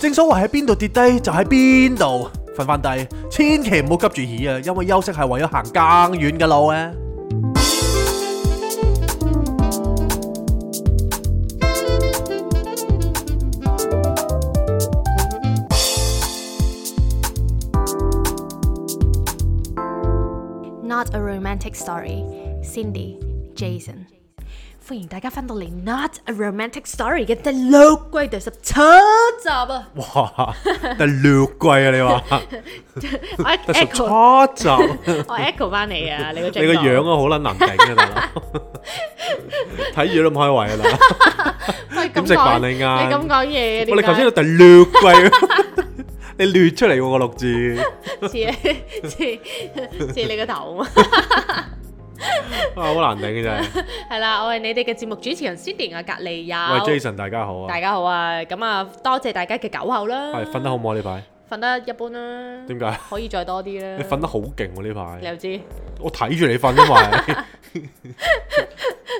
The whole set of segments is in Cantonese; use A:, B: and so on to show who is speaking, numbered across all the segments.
A: 正所謂喺邊度跌低就喺邊度瞓翻低，千祈唔好急住起啊，因為休息係為咗行更遠嘅路啊！
B: Not a romantic story. Cindy, Jason，歡迎大家翻到嚟《Not a romantic story》嘅第六季第十七集 啊！
A: 哇，第六季啊，你 話
B: 我
A: 第
B: echo，
A: 十 七集。
B: 我 echo 翻你 啊！你個
A: 你個樣啊，好撚難頂啊，大佬！ 睇住都唔開胃啊，大 佬！
B: 啊
A: 點食飯你啱
B: 你咁講嘢嘅，
A: 我哋頭先到
B: 點
A: 第六季，啊 你亂出嚟喎個六字。
B: 解似 似似你 個頭啊嘛！
A: 啊，好難頂嘅真係。
B: 係啦，我係你哋嘅節目主持人 Cindy 啊，隔離有
A: 喂，Jason，大家好啊
B: 大！家好啊！咁啊，多謝大家嘅狗口啦，
A: 係瞓得好唔好啊呢排？
B: 瞓得一般啦，
A: 點解？
B: 可以再多啲啦。
A: 你瞓得好勁喎呢
B: 你
A: 排，
B: 又知？
A: 我睇住你瞓啊嘛。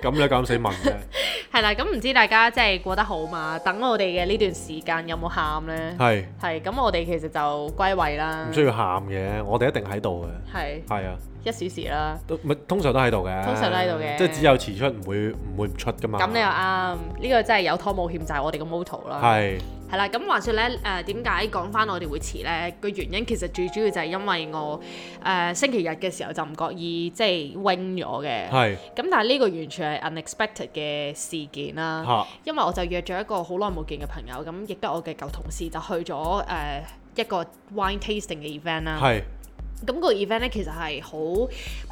A: 咁你咁死問嘅，
B: 係啦，咁唔知大家即係過得好嘛？等我哋嘅呢段時間有冇喊呢？
A: 係
B: 係咁，我哋其實就歸位啦
A: 唔，需要喊嘅，我哋一定喺度嘅。
B: 係
A: 係啊，
B: 一小時啦。
A: 都咪通常都喺度嘅，
B: 通常都喺度嘅
A: 即係只有遲出，唔會唔會唔出噶嘛。
B: 咁你又啱，呢個真係有拖冇欠就係我哋嘅 motto 啦。
A: 係
B: 係啦，咁話說咧，誒點解講翻我哋會遲呢？個原因其實最主要就係因為我誒、呃星期日嘅時候就唔覺意即係 wing 咗嘅。
A: 係
B: 咁但係呢個完全係 unexpected 嘅事件啦。
A: 嚇
B: 因為我就約咗一個好耐冇見嘅朋友，咁亦都係我嘅舊同事就去咗誒、呃一個 wine tasting 嘅 event 啦。
A: 係
B: 咁個 event 咧其實係好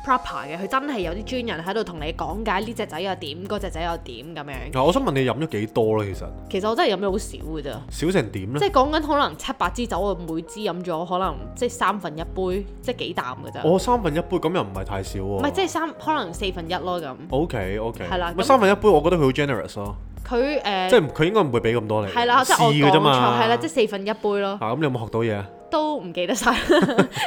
B: proper 嘅，佢真係有啲專人喺度同你講解呢只仔又點，嗰只仔又點咁樣。
A: 嗱，我想問你飲咗幾多咧？其實
B: 其實我真係飲咗好少嘅咋，
A: 少成點
B: 即
A: 咧？
B: 係講緊可能七八支酒，我每支飲咗可能即係三分一杯，即係幾啖嘅咋。唔
A: 我三分一杯咁又唔係太少喎。
B: 係即係三可能四分一咯咁。
A: O K O K，
B: 係啦
A: 咪
B: 咁
A: 三分一杯，我覺得佢好 generous 咯，
B: 佢誒
A: 即係佢應該唔會俾咁多你。
B: 係啦，即係我
A: 試嘅啫
B: 講
A: 嘛。
B: 錯係啦，即係四分一杯咯，
A: 啊咁，你有冇學到嘢啊？
B: 都唔記 得晒。
A: 仲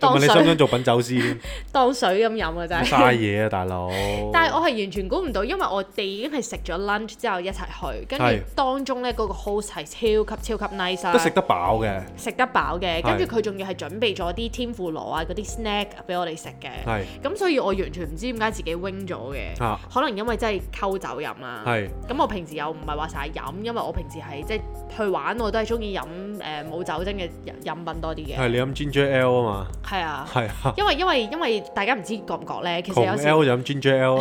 B: 當
A: 問你
B: 水
A: 想唔想做品酒師？
B: 當水咁飲啊，真係。
A: 嘥嘢啊，大佬！
B: 但係我係完全估唔到，因為我哋已經係食咗 lunch 之後一齊去，跟
A: 係
B: 住當中咧嗰、個 host 係超級超級 nice 啦、
A: 都食得飽嘅，
B: 食得飽嘅，
A: 係
B: 跟住佢仲要係準備咗啲天婦羅啊嗰啲 snack 俾我哋食嘅，
A: 係
B: 咁所以我完全唔知點解自己 wing 咗嘅，
A: 啊
B: 可能因為真係溝酒飲啦。
A: 係
B: 咁我平時又唔係話成日飲，因為我平時係即係去玩我都係中意飲誒冇酒精嘅飲品多啲嘅，
A: 係你飲 ginger ale 啊嘛，
B: 係啊，
A: 係啊，
B: 因為因為因為大家唔知覺唔覺咧，其實
A: 窮
B: 有時
A: L 就飲 ginger ale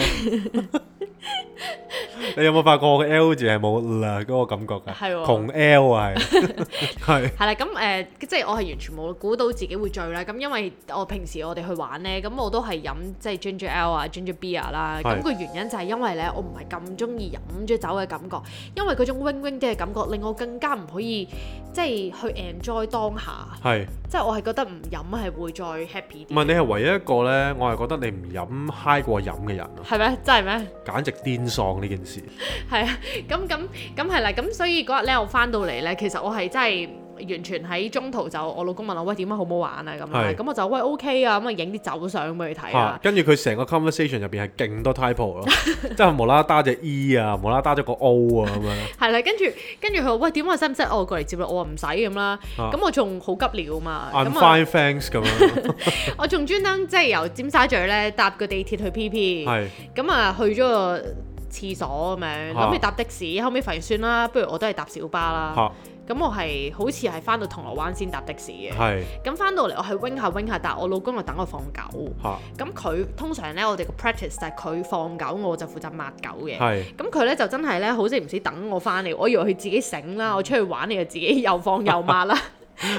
A: 啊。 你有冇發覺我嘅 L 字係冇啦嗰個感覺㗎？
B: 係喎
A: 窮 L 啊，係係
B: 係啦，咁誒、呃即係我係完全冇估到自己會醉啦。咁因為我平時我哋去玩呢，咁我都係飲即係 ginger ale 啊、ginger beer 啦。
A: 係
B: 咁個原因就係因為呢，我唔係咁中意飲咗酒嘅感覺，因為嗰種 wing wing 啲嘅感覺令我更加唔可以即係去 enjoy 當下。
A: 係。
B: 即係我係覺得唔飲係會再 happy
A: 唔
B: 啲。
A: 係你係唯一一個呢，我係覺得你唔飲嗨過飲嘅人啊，
B: 係咩？真係咩？
A: 簡直癲喪呢件事。
B: 係啊，咁咁咁係啦，咁所以嗰日咧，我翻到嚟咧，其實我係真係完全喺中途就我老公問我喂點啊，好唔好玩啊咁啦
A: 係，
B: 咁我就喂 OK 啊，咁啊影啲酒相俾佢睇
A: 嚇
B: 啊，
A: 跟住佢成個 conversation 入邊係勁多 typo 咯，即係無啦啦打隻 E 啊，無啦啦打咗個 O 啊咁樣。
B: 係啦，跟住跟住佢話喂點啊，使唔使我過嚟接你？我話唔使咁啦，
A: 啊
B: 咁我仲好急尿嘛，
A: I'm
B: 咁啊
A: fine, thanks 咁樣，
B: 我仲專登即係由尖沙咀咧搭個地鐵去 PP，
A: 係
B: 咁啊去咗個廁所咁樣，
A: 啊
B: 諗住搭的士，後尾發現算啦，不如我都係搭小巴啦，
A: 嚇
B: 咁我係好似係翻到銅鑼灣先搭的士嘅。
A: 係
B: 咁翻到嚟我係 wing 下 wing 下，但係我老公又等我放狗。
A: 嚇
B: 咁佢通常呢，我哋個 practice 就係佢放狗，我就負責抹狗嘅。
A: 係
B: 咁佢呢就真係呢，好似唔使等我翻嚟，我以為佢自己醒
A: 嗯
B: 啦，我出去玩你就自己又放又 抹啦，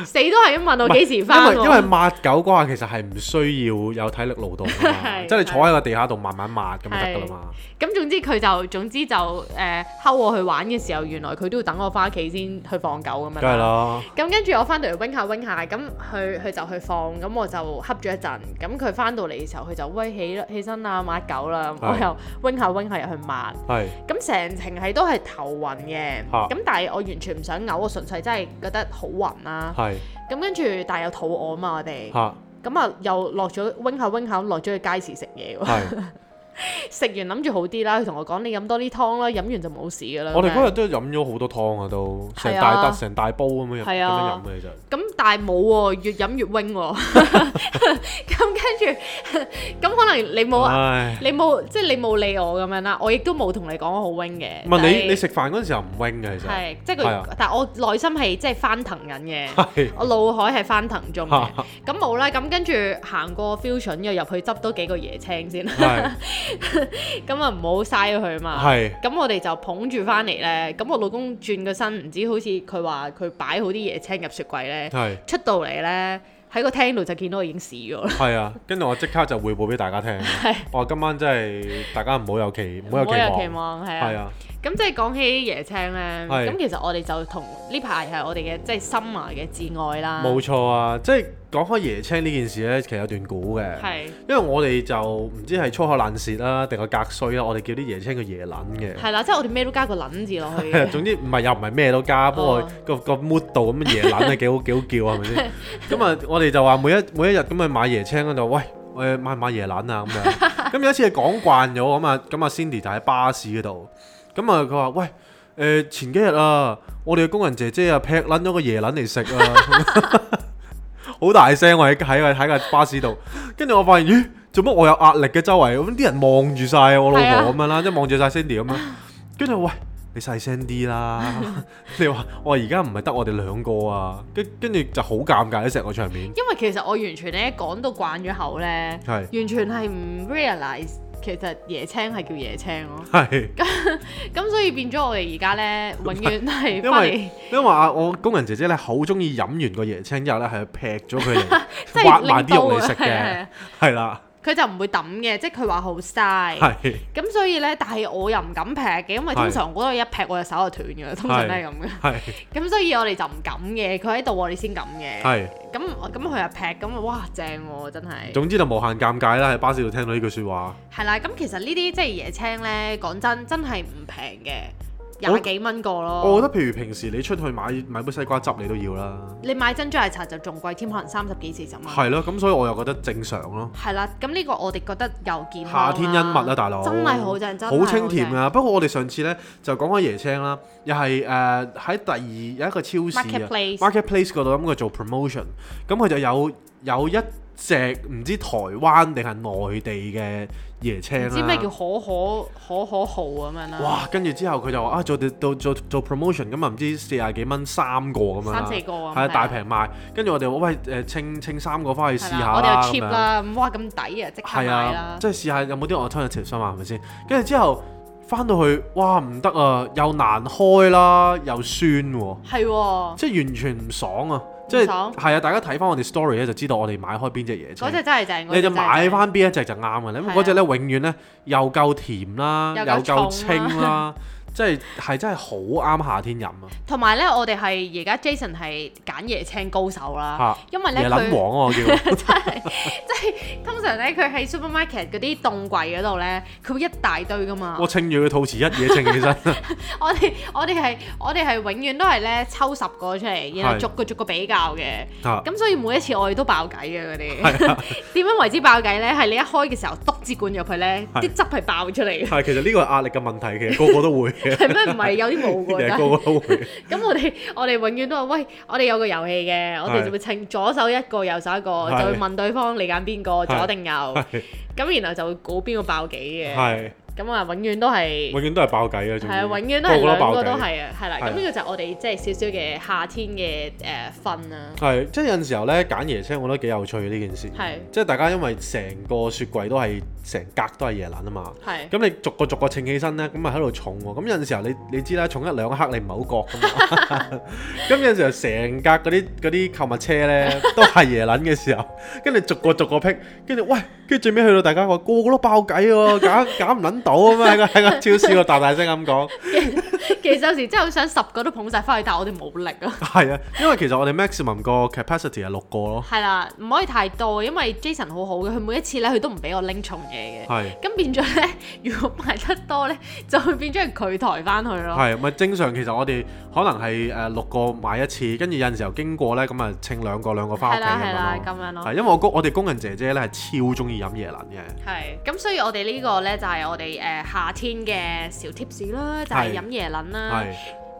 B: 死都係咁問我幾時啊
A: 因
B: 翻
A: 為因為
B: 喎。
A: 抹狗嗰下其實係唔需要有體力勞動㗎嘛，
B: 係
A: 即係你坐喺個地下度慢慢抹咁就得㗎啦嘛。
B: 咁總之佢就總之就誒睺我去玩嘅時候，原來佢都要等我翻屋企先去放狗咁樣。
A: 梗係。啦，
B: 咁跟住我翻到嚟 wing 下 wing 下，咁佢佢就去放，咁我就恰咗一陣。咁佢翻到嚟嘅時候，佢就喂起啦起身啦，抹狗啦，我
A: 係
B: 又 wing 下 wing 下又去抹。
A: 係
B: 咁成程係都係頭暈嘅，
A: 嚇
B: 咁但係我完全唔想嘔，我純粹真係覺得好暈啦。
A: 係
B: 咁跟住但係又肚餓嘛，我哋
A: 嚇
B: 咁啊又落咗 wing 下 wing 下落咗去街市食嘢喎。
A: 係。
B: 食完諗住好啲啦，佢同我講你飲多啲湯啦，飲完就冇事噶啦。
A: 我哋嗰日
B: 日
A: 都飲咗好多湯啊，都
B: 係
A: 成
B: 啊
A: 大笪成大煲咁樣飲咁
B: 係
A: 樣
B: 啊
A: 飲嘅其實。
B: 咁但係冇喎，越飲越 wing 喎。 咁跟住咁可能你冇
A: 唉，
B: 你冇即係你冇理我咁樣啦，我亦都冇同你講我好 wing 嘅。
A: 唔係
B: 但係
A: 你你食飯嗰陣時候唔 wing 嘅其實。
B: 係即係
A: 係
B: 佢
A: 啊，
B: 但係我內心係即係翻騰緊嘅。
A: 係。
B: 我腦海係翻騰中嘅， 咁冇啦，咁跟住行過 fusion 又入去執多幾個椰青先，
A: 係
B: 咁啊唔好嘥咗佢嘛。
A: 係
B: 咁我哋就捧住翻嚟咧，咁我老公轉個身，唔知好似佢話佢擺好啲椰青入雪櫃咧，
A: 係
B: 出到嚟咧喺個廳度就見到我已經屎咗啦，
A: 係啊！跟住我即刻就匯報俾大家聽，我話今晚真係大家唔好有期唔好有
B: 好有
A: 期
B: 期
A: 望，
B: 望係
A: 係
B: 啊。
A: 啊，
B: 咁即係講起椰青咧，
A: 係
B: 咁其實我哋就同呢排係我哋嘅即係 summer 嘅摯愛啦，
A: 冇錯啊！即係講開椰青呢件事咧，其實有段古嘅。
B: 係
A: 因為我哋就唔知係粗口爛舌啦，定係格衰啦，我哋叫啲椰青叫椰撚嘅。
B: 係啦，即係我哋咩都加個撚字落去
A: 係啊，
B: 嘅，
A: 總之唔係又唔係咩都加，不過
B: 哦
A: 個個 mood 度咁椰撚係幾好幾好叫係咪先？咁啊，我哋就話每一每一日咁去買椰青嗰度，喂誒買唔買椰撚 啊咁樣。 咁有一次係講慣咗咁啊，咁啊 Cindy 就喺巴士嗰度，咁啊佢話喂誒、呃前幾日啊，我哋嘅工人姐姐啊劈撚咗個椰撚嚟食啊， 好大聲我喺喺個喺個巴士度，跟住我發現咦做乜我有壓力嘅周圍，咁啲人望住晒我老
B: 係啊
A: 婆咁樣啦，即係望住晒 Cindy 咁樣，跟住我喂。你細聲啲啦！ 你話我而家唔係得我哋兩個啊，跟跟住就好尷尬咧成個場面，
B: 因為其實我完全咧講到慣咗口咧，
A: 係
B: 完全係唔 realise 其實椰青係叫椰青咯，
A: 係。
B: 咁所以變咗我哋而家咧永遠係
A: 因
B: 翻
A: 為
B: 嚟。
A: 因為啊，我工人姐姐咧好中意飲完個椰青之後咧，係劈咗佢
B: 即
A: 嚟
B: 係
A: 挖
B: 令到
A: 埋啲肉嚟食
B: 係係
A: 嘅
B: 係，
A: 係啦，
B: 佢就唔會抌嘅，即係佢話好嘥。
A: 係
B: 咁所以咧，但係我又唔敢劈嘅，因為通
A: 係
B: 常嗰度一劈我隻手就斷嘅，通常都係咁嘅。
A: 係
B: 咁所以我哋就唔敢嘅，佢喺度我哋先敢嘅。
A: 係。
B: 咁咁佢又劈，咁哇正喎、真係。
A: 總之就無限尷尬啦，喺巴士度聽到呢句説話，
B: 係啦，咁其實呢啲即係椰青咧，講真真係唔平嘅，
A: 我
B: 廿幾蚊個咯。
A: 我覺得譬如平時你出去買買杯西瓜汁你都要啦，
B: 你買珍珠奶茶就仲貴添，可能三十幾四十蚊。
A: 係咯，咁所以我又覺得正常咯。
B: 係啦，咁呢個我哋覺得又健康
A: 夏
B: 啦
A: 天恩物啊，大佬，
B: 真係好正，真係
A: 好清甜
B: 正！
A: 啊！不過我哋上次咧就講開椰青啦，又係誒喺第二有一個超市啊
B: Marketplace
A: marketplace 嗰度咁佢做 promotion，咁佢就有有一隻唔知台灣定係內地嘅椰青
B: 唔
A: 啦。
B: 知咩叫啊可可可可號咁樣啦，
A: 哇！跟住之後佢就話啊，做到做做 promotion 咁啊，唔知四廿幾蚊三個咁樣啦，
B: 三四個啊
A: 係啊
B: 咁樣
A: 大平賣。跟住我哋話喂誒，稱稱三個翻去試下
B: 係啦，我哋
A: 啦
B: 又
A: 咁
B: cheap
A: 樣
B: 啦，咁哇咁抵啊，即刻買
A: 係啊
B: 啦，，
A: 即係試下有冇啲 alternative 啊嘛，係咪先？跟住之後翻到去，哇唔得啊，又難開啦，又酸喎、
B: 係喎，
A: 即係完全唔爽啊！即係
B: 哦唔爽
A: 係啊，大家睇翻我哋 story 咧就知道我哋買開邊只椰青
B: 嗰。隻真係正，嗰隻
A: 你就
B: 真係正
A: 買翻邊一隻就啱嘅咧，因為
B: 係啊
A: 嗰只咧永遠咧又夠甜啦，又
B: 又
A: 夠
B: 夠重啊啦
A: 清啦，即係係真係好啱夏天飲啊！
B: 同埋咧，我哋係而家 Jason 係揀椰青高手啦，
A: 嚇
B: 因為
A: 椰
B: 咧
A: 撚
B: 佢
A: 王啊，我叫
B: 通常咧佢喺 supermarket 嗰啲凍櫃嗰度咧，佢會一大堆噶嘛。
A: 我稱住佢肚臍一嘢稱起 身，
B: 我哋我哋係我哋係永遠都係咧抽十個出嚟，然後
A: 係
B: 逐個逐個比較嘅。
A: 嚇
B: 咁所以每一次我哋都爆偈嘅嗰啲。 點樣為之爆偈咧？係你一開嘅時候篤支管入去咧，
A: 係
B: 啲汁係爆出嚟嘅。
A: 係其實呢個係壓力嘅問題，其實個個都會 嘅，
B: 係咩？唔係有啲冇
A: 其實
B: 㗎
A: 個個都會。
B: 真係。咁我哋我哋永遠都話喂，我哋有個遊戲嘅，我哋
A: 係
B: 就會稱左手一個，右手一個，
A: 係
B: 就會問對方你揀邊個，
A: 係
B: 左定右。
A: 係
B: 咁然後就會估邊個爆幾嘅，
A: 係。
B: 咁啊永遠都係
A: 永遠都係爆偈嘅，總之
B: 係啊，永遠都係
A: 個個
B: 兩
A: 爆
B: 個
A: 偈
B: 都係啊，係啦。
A: 係啊
B: 咁呢個就係我哋即係少少嘅夏天嘅誒分啦，
A: 係即係有陣時候咧揀椰青，我覺得幾有趣呢件事。
B: 係
A: 即係大家因為成個雪櫃都係成格都係椰蘭啊嘛。
B: 係
A: 咁你逐個逐個稱起身咧，咁咪喺度重喎。咁有陣時候你你知啦，重一兩克你唔係好覺噶嘛。 咁有陣時候成格嗰啲嗰啲購物車咧都係椰撚嘅時候，跟住逐個逐個劈，跟住喂，跟住最尾去到大家話個個都爆偈喎，揀揀唔撚到啊嘛喺個喺個超市度大大聲咁講。
B: 其實有時真係好想十個都捧晒翻去，但係我哋冇力啊。
A: 係啊，因為其實我哋 maximum 個 capacity 係六個咯，
B: 係啦，唔可以太多，因為 Jason 好好嘅，佢每一次咧佢都唔俾我拎重嘢嘅。
A: 係
B: 咁變咗咧， 如果買得多咧，就會變咗係佢抬翻去咯。
A: 係咪正常？其實我哋可能係誒六個買一次，跟住有陣時候經過咧，咁啊稱兩個兩個翻屋
B: 係
A: 企
B: 啦係啦
A: 咁，樣
B: 咁樣
A: 咯。
B: 咯
A: 係。因為我工我哋工人姐姐咧係超中意飲椰撚嘅，
B: 係，咁所以我哋呢個呢，就係我哋誒夏天嘅小 tips 啦，就係啊
A: 係
B: 飲椰撚啦。
A: 係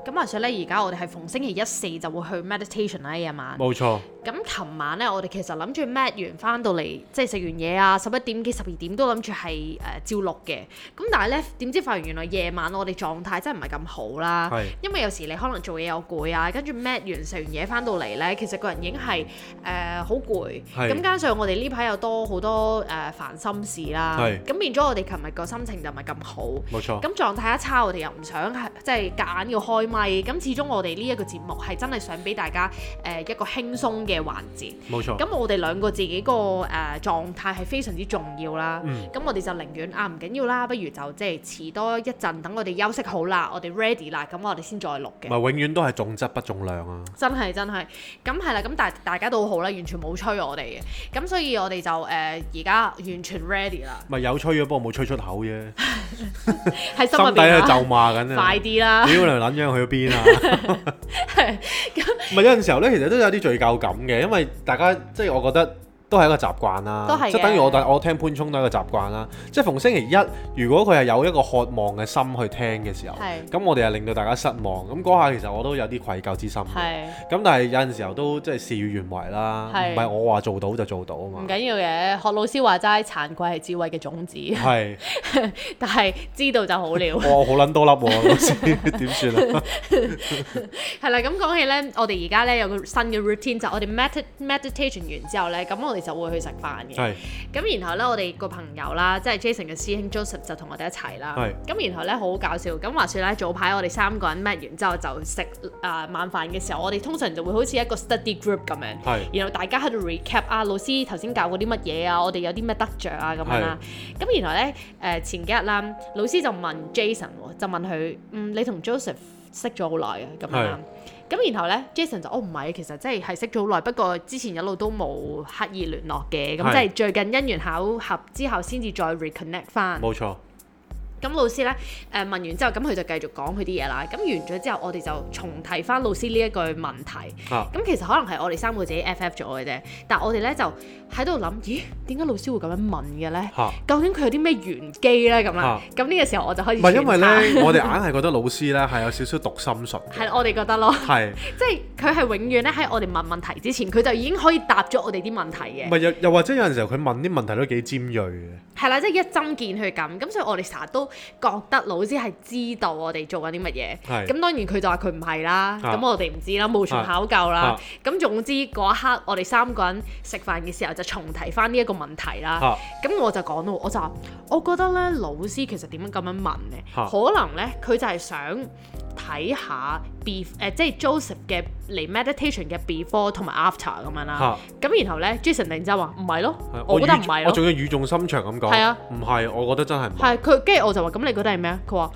B: 咁話說呢，而家我哋係逢星期一四就會去 meditation 啦夜晚。
A: 冇錯，
B: 咁琴晚呢，我哋其實諗住 mat 完翻到嚟，即係食完嘢啊，十一點幾、十二點都諗住係誒照錄嘅。咁但係呢，點知發現原來夜晚我哋狀態真係唔係咁好啦。
A: 係
B: 因為有時你可能做嘢又攰啊，跟住 mat 完食完嘢翻到嚟呢，其實個人已經係誒好攰，
A: 係
B: 咁加上我哋呢排又多好多誒、呃煩心事啦
A: 係，
B: 咁變咗我哋琴日個心情就唔係咁好，
A: 冇錯，
B: 咁狀態一差，我哋又唔想係即係夾硬要開咪，咁始終我哋呢一個節目係真係想俾大家誒、呃一個輕鬆嘅環節。
A: 冇錯。
B: 咁我哋兩個自己個誒、呃、狀態係非常之重要啦。
A: 嗯
B: 咁、我哋就寧願啊唔緊要啦，不如就即係遲多一陣，等我哋休息好啦，我哋 ready 啦，咁我哋先再錄嘅
A: 咪。永遠都係重質不重量啊！
B: 真係真係，咁係啦，咁但係大家都好好啦，完全冇催我哋嘅，咁所以我哋就誒而家完全 ready 啦，
A: 咪有吹咗，不過冇吹出口啫，
B: 喺 心入
A: 心底
B: 邊
A: 係
B: 啦，
A: 咒罵緊啊！
B: 快啲啦，
A: 屌你撚樣去咗邊啊？ 唔係有陣時候咧，其實都有啲罪疚感嘅，因為大家即係我覺得都係一個習慣啦，
B: 都係嘅
A: 即係等於我我聽潘聰都係一個習慣啦。即係逢星期一，如果佢係有一個渴望嘅心去聽嘅時候，
B: 係
A: 咁我哋係令到大家失望。咁嗰下其實我都有啲愧疚之心嘅。
B: 係
A: 咁但係有陣時候都即係事與願違啦，
B: 係
A: 唔係我話做到就做到啊
B: 唔
A: 嘛。
B: 緊要嘅，學老師話齋，慚愧係智慧嘅種子，
A: 係，
B: 但係知道就好 了。
A: 我好撚多粒喎，老師 點算啊？
B: 係啦，咁講起咧，我哋而家咧有個新嘅 routine 就係我哋 medit meditation 完之後咧，咁我哋就會去食飯嘅。
A: 係
B: 咁然後咧，我哋個朋友啦，即係 Jason 嘅師兄 Joseph 就同我哋一齊啦。
A: 係
B: 咁然後咧，好好搞笑。咁話說咧，早排我哋三個人 met 完之後就食啊、晚飯嘅時候，我哋通常就會好似一個 study group 咁樣。
A: 係
B: 然後大家喺度 recap 啊，老師頭先教過啲乜嘢啊，我哋有啲咩得着啊咁樣啦。咁然後咧，誒、前幾日啦，老師就問 Jason 喎，就問佢，嗯，你同 Joseph 識咗好耐啊咁樣啦。咁然後咧，Jason 就哦唔係，其實真係係識咗好耐，不過之前一路都冇刻意聯絡嘅，咁
A: 係
B: 即係最近因緣巧合之後先至再 reconnect 翻。
A: 冇錯，
B: 咁老師咧誒、問完之後，咁佢就繼續講佢啲嘢啦。咁完咗之後，我哋就重提翻老師呢一句問題。
A: 啊
B: 咁其實可能係我哋三個自己 FF 咗嘅啫，但係我哋咧就喺度諗，咦點解老師會咁樣問嘅咧？
A: 嚇。
B: 究竟佢有啲咩玄機咧？咁啦
A: 啊，
B: 咁呢個時候我就開
A: 唔
B: 始
A: 係因為
B: 揣 測，
A: 咧，我哋硬係覺得老師咧係有少少讀心術嘅，
B: 係我哋覺得咯，
A: 係
B: 即係佢係永遠咧喺我哋問問題之前，佢就已經可以答咗我哋啲問題
A: 唔
B: 嘅，
A: 係又又或者有陣時候佢問啲問題都幾尖鋭嘅，
B: 係啦，即係一針見血咁，咁所以我哋成日都覺得老師係知道我哋做緊啲乜嘢。
A: 係
B: 咁當然佢就話佢唔係啦，
A: 啊
B: 咁我哋唔知啦，無從考究啦
A: 啊。
B: 咁總之嗰一刻，我哋三個人食飯嘅時候就重提翻呢一個問題啦。
A: 嚇
B: 咁我就講到，我就話我覺得咧，老師其實點樣咁樣問咧，
A: 嚇
B: 可能咧佢就係想睇下 be 誒、即係 Joseph 嘅嚟 meditation 嘅 before 同埋 after 咁樣啦。
A: 嚇。
B: 咁然後咧，Jason 突然之間話唔係咯
A: 啊係，
B: 我覺得唔
A: 語
B: 係
A: 我
B: 咯，
A: 仲要語重心長咁講，
B: 係啊，
A: 唔係，我覺得真係唔係，
B: 係佢跟住我就話咁，你覺得係咩啊？佢話。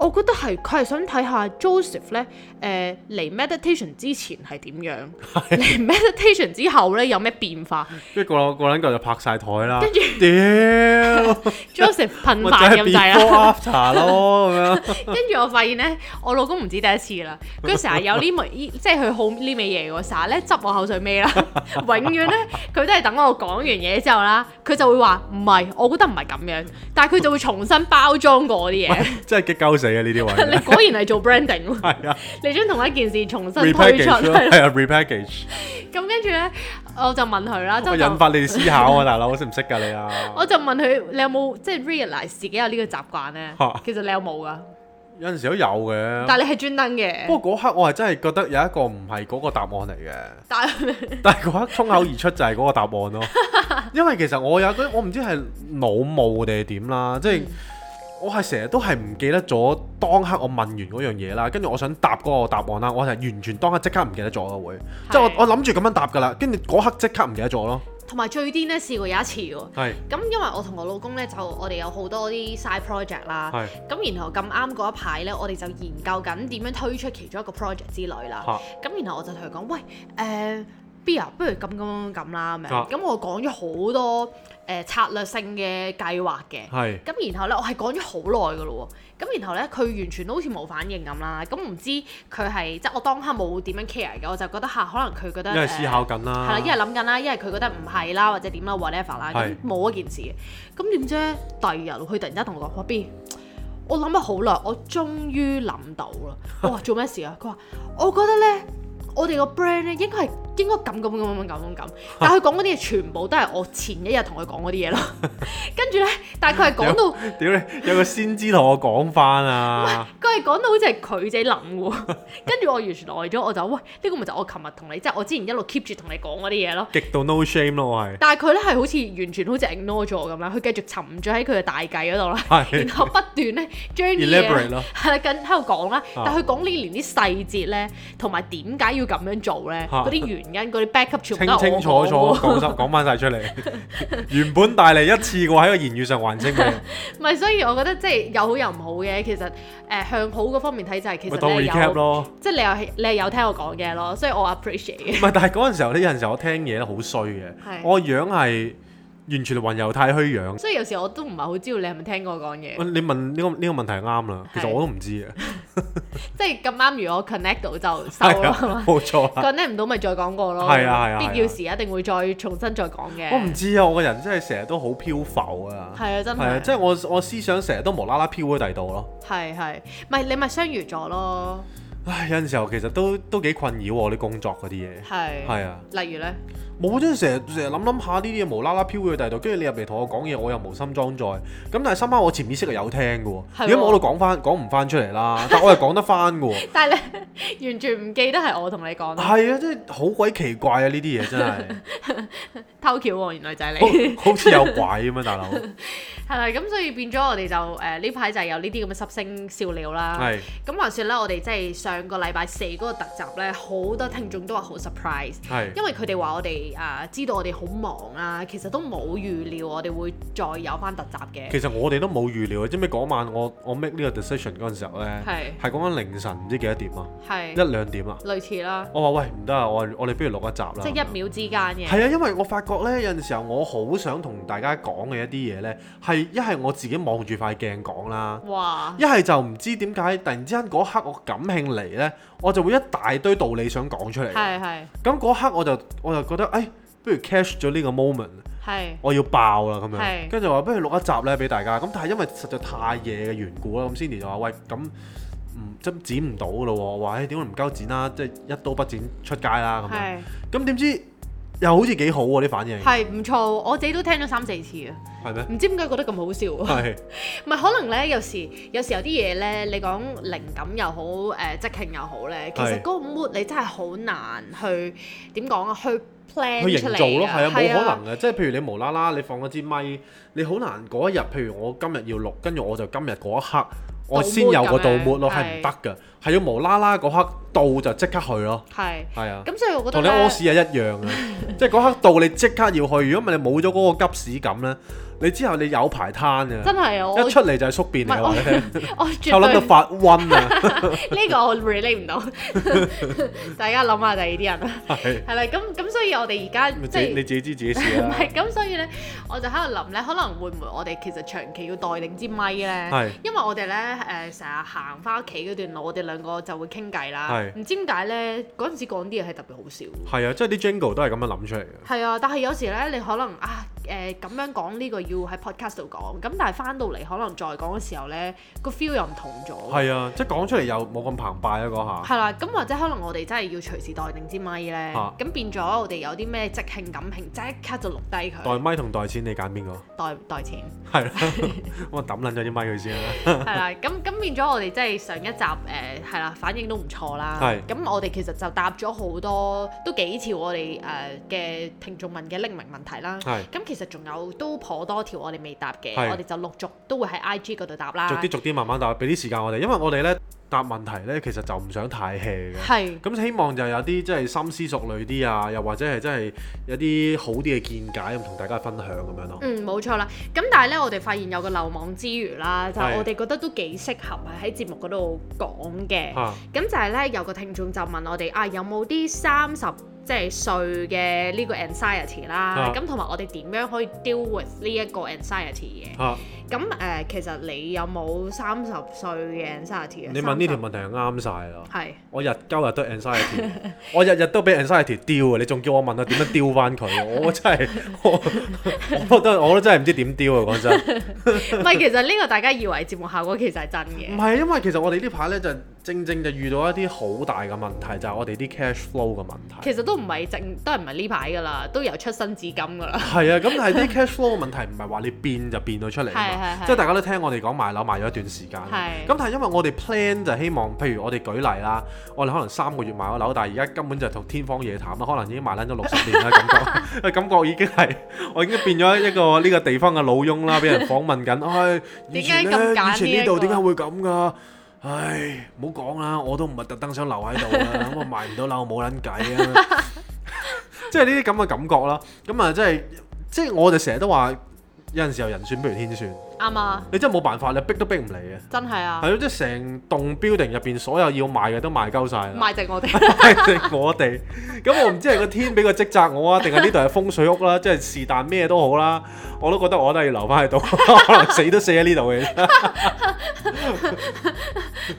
B: 我覺得係佢係想睇下 Joseph 咧，誒、嚟 meditation 之前係點樣，嚟 meditation 之後咧有咩變 化
A: 跟住個個撚個就拍晒台啦，跟住 屌，
B: ？Joseph 噴
A: 咪就
B: 飯
A: 係
B: 咁滯啊啦。
A: before 啊 after 咯咁樣，
B: 跟住我發現咧，我老公唔止第一次啦，佢成日有 呢味，即係佢好呢味嘢喎，成日咧執我口水尾啦， 永遠咧佢都係等我講完嘢之後啦，佢就會話唔係，我覺得唔係咁樣，但係佢就會重新包裝過我啲嘢。
A: 真係激鳩死啊呢啲
B: 你
A: 位，
B: 果然係做 branding 喎
A: 係啊
B: 你將同一件事重新推出，
A: ，repackage 咯
B: 係啦
A: 係啊 repackage，
B: 咁跟住咧，我就問佢啦，即係
A: 我
B: 我
A: 引
B: 就
A: 發你哋思考啊大佬，識唔識㗎你啊？
B: 我就問佢，你有冇即係 realize 自己有呢個習慣咧
A: 嚇？
B: 其實你有冇噶？
A: 有陣時都有嘅，
B: 但係你係專登嘅，
A: 不過嗰刻我係真係覺得有一個唔係嗰個答案嚟嘅。
B: 但係
A: 但係嗰刻衝口而出就係嗰個答案 咯。因為其實我有嗰我唔知係腦霧定係點啦，即係我係成日都係唔記得咗當刻我問完嗰樣嘢啦，跟住我想答嗰個答案啦，我係完全當刻即刻唔記得咗嘅會，即係我
B: 係
A: 我諗住咁樣答㗎啦，跟住嗰刻即刻唔記得咗咯。
B: 同埋最癲咧，試過有一次喎。
A: 係
B: 咁因為我同我老公咧，就我哋有好多啲 side project 啦。
A: 係
B: 咁然後咁啱嗰一排咧，我哋就研究緊點樣推出其中一個 project 之類啦。
A: 嚇
B: 咁然後我就同佢講：喂，誒、B 啊，不如咁咁咁咁啦咁樣。
A: 啊
B: 咁、我講咗好多誒、呃策略性嘅計劃嘅。
A: 係
B: 咁然後咧，我係講咗好耐㗎咯喎。咁然後咧，佢完全都好似冇反應咁啦。咁唔知佢係即係我當刻冇點樣 care 嘅，我就覺得嚇、可能佢覺得
A: 因為
B: 誒
A: 思考緊
B: 係
A: 啦
B: 啦，，一係諗緊啦，一係佢覺得唔係啦，或者點啦，whatever 啦，
A: 啊
B: 咁
A: 係
B: 冇嗰件事嘅。咁點知第二日佢突然間同我講：話 B，我諗咗好耐，我終於諗到 啦。我話做咩事啊？佢話我覺得咧，我哋個 brand 咧應該係應該咁咁咁咁咁 咁咁。但係佢講嗰啲嘢全部都係我前一日同佢講嗰啲 嘢咯。跟住咧，但係佢係講到，
A: 屌你有個先知同我講翻 啊，
B: 佢係講到好似係佢自己諗嘅喎。跟住我完全呆咗，我就喂呢個咪就我琴日同你，即係我之前一路 keep 住同你講嗰啲嘢咯。
A: 極度 no shame 咯，我係
B: 但係佢咧係好似完全好似 ignore 咗咁樣，佢繼續沉咗喺佢嘅大計嗰度啦，
A: 係
B: 然後不斷咧將啲
A: elaborate
B: 嘢
A: 咯，
B: 係啦，跟喺度講啦。
A: 啊
B: 但係佢講呢連啲細節咧，同埋點解要咁樣做咧，
A: 啊
B: 嗰啲原因、嗰啲 backup 全部
A: 清
B: 都係
A: 清
B: 我
A: 楚楚
B: 講喎。
A: 講晒講翻晒出嚟， 原本帶嚟一次過喺個言語上還清你，
B: 唔係，所以我覺得即係有好有唔好嘅。其實誒、呃向好嗰方面睇就係其
A: 咪當
B: 實你係
A: recap
B: 有，
A: 咯。
B: 即係你有你係有聽我講嘅咯，所以我 appreciate 嘅。
A: 唔係，但係嗰陣時候咧，有陣時候我聽嘢咧好衰嘅
B: 係，
A: 我樣係完全雲遊太虛樣。
B: 所以有時我都唔係好知道你係咪聽過我講嘢，
A: 你問呢、個呢、個問題啱啦，其實
B: 係
A: 我都唔 知嘅，
B: 即係咁啱如果 connect 到就收
A: 係
B: 啦
A: 啊
B: 係嘛，
A: 冇錯 啦。
B: connect 唔到咪再講過咯。
A: 係啊係啊係啊
B: 必要時一定會再重新再講嘅。
A: 我唔知啊，我個人真係成日都好漂浮啊，
B: 係啊，真
A: 係啊，
B: 係
A: 即係我我思想成日都無啦啦飄喺第度咯。
B: 係係，唔係你咪雙魚座咯，
A: 唉，有陣時候其實都都幾困擾我啲工作嗰啲嘢，
B: 係。
A: 係啊，
B: 例如咧，
A: 冇真係成日成日諗諗下呢啲嘢無啦啦飄喺第度，跟住你入嚟同我講嘢，我又無心裝載。咁但係深刻我潛意識係有聽嘅
B: 係
A: 喎，
B: 喎
A: 如果我度講翻講唔翻出嚟啦， 但我又講得翻嘅喎。
B: 但係咧 完全唔記得係我同你講咯，
A: 係啊，真係好鬼奇怪啊！呢啲嘢真 係
B: 偷橋喎，原來就係你，
A: 好好似有鬼咁啊，大佬。
B: 係啦，咁所以變咗我哋就誒呢排就係有呢啲咁嘅濕星笑料啦。
A: 係
B: 咁話說咧，我哋即係上個禮拜四嗰個特集咧，好多聽眾都話好 surprise。
A: 係
B: 因為佢哋話我哋啊、知道我哋好忙啊，其實都冇預料我哋會再有翻特集嘅。
A: 其實我哋都冇預料啊，知唔知嗰晚我我 make 呢個 decision 嗰陣時候咧，
B: 係
A: 係講緊凌晨唔知幾多點啊，
B: 係
A: 一兩點啊。
B: 類似啦，
A: 我話喂唔得啊，我話我哋不如錄一集啦。
B: 即係一秒之間嘅。
A: 係啊，因為我發覺咧，有陣時候我好想同大家講嘅一啲嘢咧，係一係我自己望住塊鏡講啦，
B: 哇！
A: 一係就唔知點解突然之間嗰刻我感興嚟咧，我就會一大堆道理想講出嚟。
B: 係係
A: 咁嗰刻我就我就覺得，誒、哎不如 cash 咗呢個 moment，
B: 係
A: 我要爆啦咁
B: 係
A: 樣。跟住話不如錄一集咧俾大家。咁但係因為實在太夜嘅緣故啦，咁 Cindy 就話：喂，咁唔真剪唔到咯喎。我話：誒哎點解唔鳩剪啦？即係一刀不剪出街啦咁樣。
B: 係
A: 咁點知又好似幾好喎啲反應，
B: 係唔錯，我自己都聽咗三四次啊，
A: 係咩？
B: 唔知點解覺得咁好 笑喎。
A: 係
B: 唔係可能咧，有時有時有啲嘢咧，你講靈感又好，誒、即興又好咧，其實
A: 係
B: 嗰個 mood 你真係好難去點講啊，去 plan
A: 去
B: 出
A: 營
B: 嚟
A: 造咯，
B: 㗎
A: 係啊，冇可能嘅。即係譬如你無啦啦，你放一支咪，你好難嗰一日。譬如我今日要錄，跟住我就今日嗰一刻，我先有個
B: 倒
A: 倒
B: 模咁樣
A: 末咯，係唔得嘅，係要無啦啦嗰刻到就即刻去咯，
B: 係。
A: 係啊。
B: 咁所以我覺得
A: 同你
B: 咧
A: 屙屎係一樣 嘅，即係嗰刻到你即刻要去，如果唔係你冇咗嗰個急屎感咧，你之後你有排攤
B: 真
A: 嘅，
B: 係啊，我
A: 一出嚟就係宿便嚟
B: 唔係
A: 嘅話 咧，
B: 我
A: 我
B: 絕
A: 諗
B: 對
A: 到發瘟啊，
B: 呢個我 relate 唔到， 大家諗下第二啲人 啦。
A: 係
B: 係啦，咁咁所以我哋而家
A: 你
B: 即
A: 自己你
B: 係。
A: 自己知自己事啊
B: 唔
A: 啦，
B: 係咁，所以咧，我就喺度諗咧，可能會唔會我哋其實長期要代定支咪咧？
A: 係
B: 因為我哋咧誒成日行翻屋企嗰段路，我哋兩個就會傾偈啦。
A: 係
B: 唔知點解咧，嗰陣時講啲嘢係特別好笑。
A: 係啊，即係啲 jingle 都係咁樣諗出嚟嘅，
B: 係啊，但係有時咧，你可能啊誒咁、樣講呢個要喺 podcast 度講，咁但係翻到嚟可能再講嘅時候咧，個 feel 又唔同咗。
A: 係啊，即係講出嚟又冇咁澎湃啊嗰下，
B: 係啦，咁或者可能我哋真係要隨時待定支咪咧，咁、
A: 啊
B: 變咗我哋有啲咩即興感興，即刻就錄低佢，
A: 袋咪同袋錢你揀邊個？
B: 袋袋錢，
A: 係啦，我抌撚咗啲咪佢先啦，
B: 係啦，咁咁變咗我哋即係上一集誒係啦，反應都唔錯啦，
A: 係
B: 咁我哋其實就答咗好多都幾條我哋誒嘅聽眾問嘅匿名問題啦。
A: 係
B: 咁其實仲有都頗多條我哋未答嘅，
A: 係
B: 我哋就陸續都會喺 IG 嗰度答啦。
A: 逐啲逐啲慢慢答，俾啲時間我哋，因為我哋咧答問題呢，其實就唔想太 hea 嘅。
B: 係
A: 咁希望就有啲即係深思熟慮啲啊，又或者係真係有啲好啲嘅見解咁同大家分享咁樣咯。
B: 嗯，冇錯啦。咁但係咧，我哋發現有個漏網之魚啦，就係
A: 係
B: 我哋覺得都幾適合係喺節目嗰度講嘅。
A: 嚇
B: 咁就係咧，有個聽眾就問我哋啊，有冇啲三十即係歲嘅呢個 anxiety 啦
A: 啊？
B: 咁同埋我哋點樣可以 deal with 呢一個 anxiety 嘅？
A: 嚇，
B: 咁誒、呃其實你有冇三十歲嘅 anxiety 啊？
A: 你問呢條問題係啱晒啦。
B: 係
A: 我日交日都 anxiety，我 日日都俾 anxiety 丟啊！你仲叫我問我點樣丟翻佢？啊 我真係我我都我都真係唔知點丟啊！講真。
B: 唔係？其實呢個大家以為節目效果其實係真
A: 唔
B: 嘅。
A: 係，因為其實我哋呢排咧就正正就遇到一啲好大嘅問題，就係、我哋啲 cash flow 嘅問題。
B: 其實都唔係正，都唔係呢排㗎啦，都由出生至今㗎啦。
A: 係啊，咁但係啲 cash flow 嘅問題唔係話你變就變到出嚟啊
B: 係係
A: 嘛，
B: 係
A: 即係大家都聽我哋講買樓買咗一段時間啦。
B: 係
A: 咁但係因為我哋 plan 就希望，譬如我哋舉例啦，我哋可能三個月買咗樓，但係而家根本就同天方夜譚啦，可能已經買撚咗六十年啦，感覺 感覺已經係我已經變咗一個呢個地方嘅老翁啦，俾人訪問緊。唉，以前
B: 點解咁
A: 咧，
B: 揀
A: 以前呢度
B: 呢一個
A: 點解會咁㗎？唉，唔好講啦，我都唔係特登想留喺度啦，咁我賣唔到樓冇撚計啊，即係呢啲咁嘅感覺啦。 咁啊，即係即係我哋成日都話，有陣時候人算不如天算，
B: 啱啊，
A: 你真係冇辦法，你逼都逼唔嚟嘅。
B: 真係啊，
A: 係咯，即係成棟 building 入邊所有要賣嘅都賣鳩晒啦，
B: 賣直我哋。
A: 賣剩 我哋。咁我唔知係個天俾個職責我啊，定係呢度係風水屋啦，即係是但咩都好啦，我都覺得我都係要留翻喺度，可能死都死喺呢度 嘅。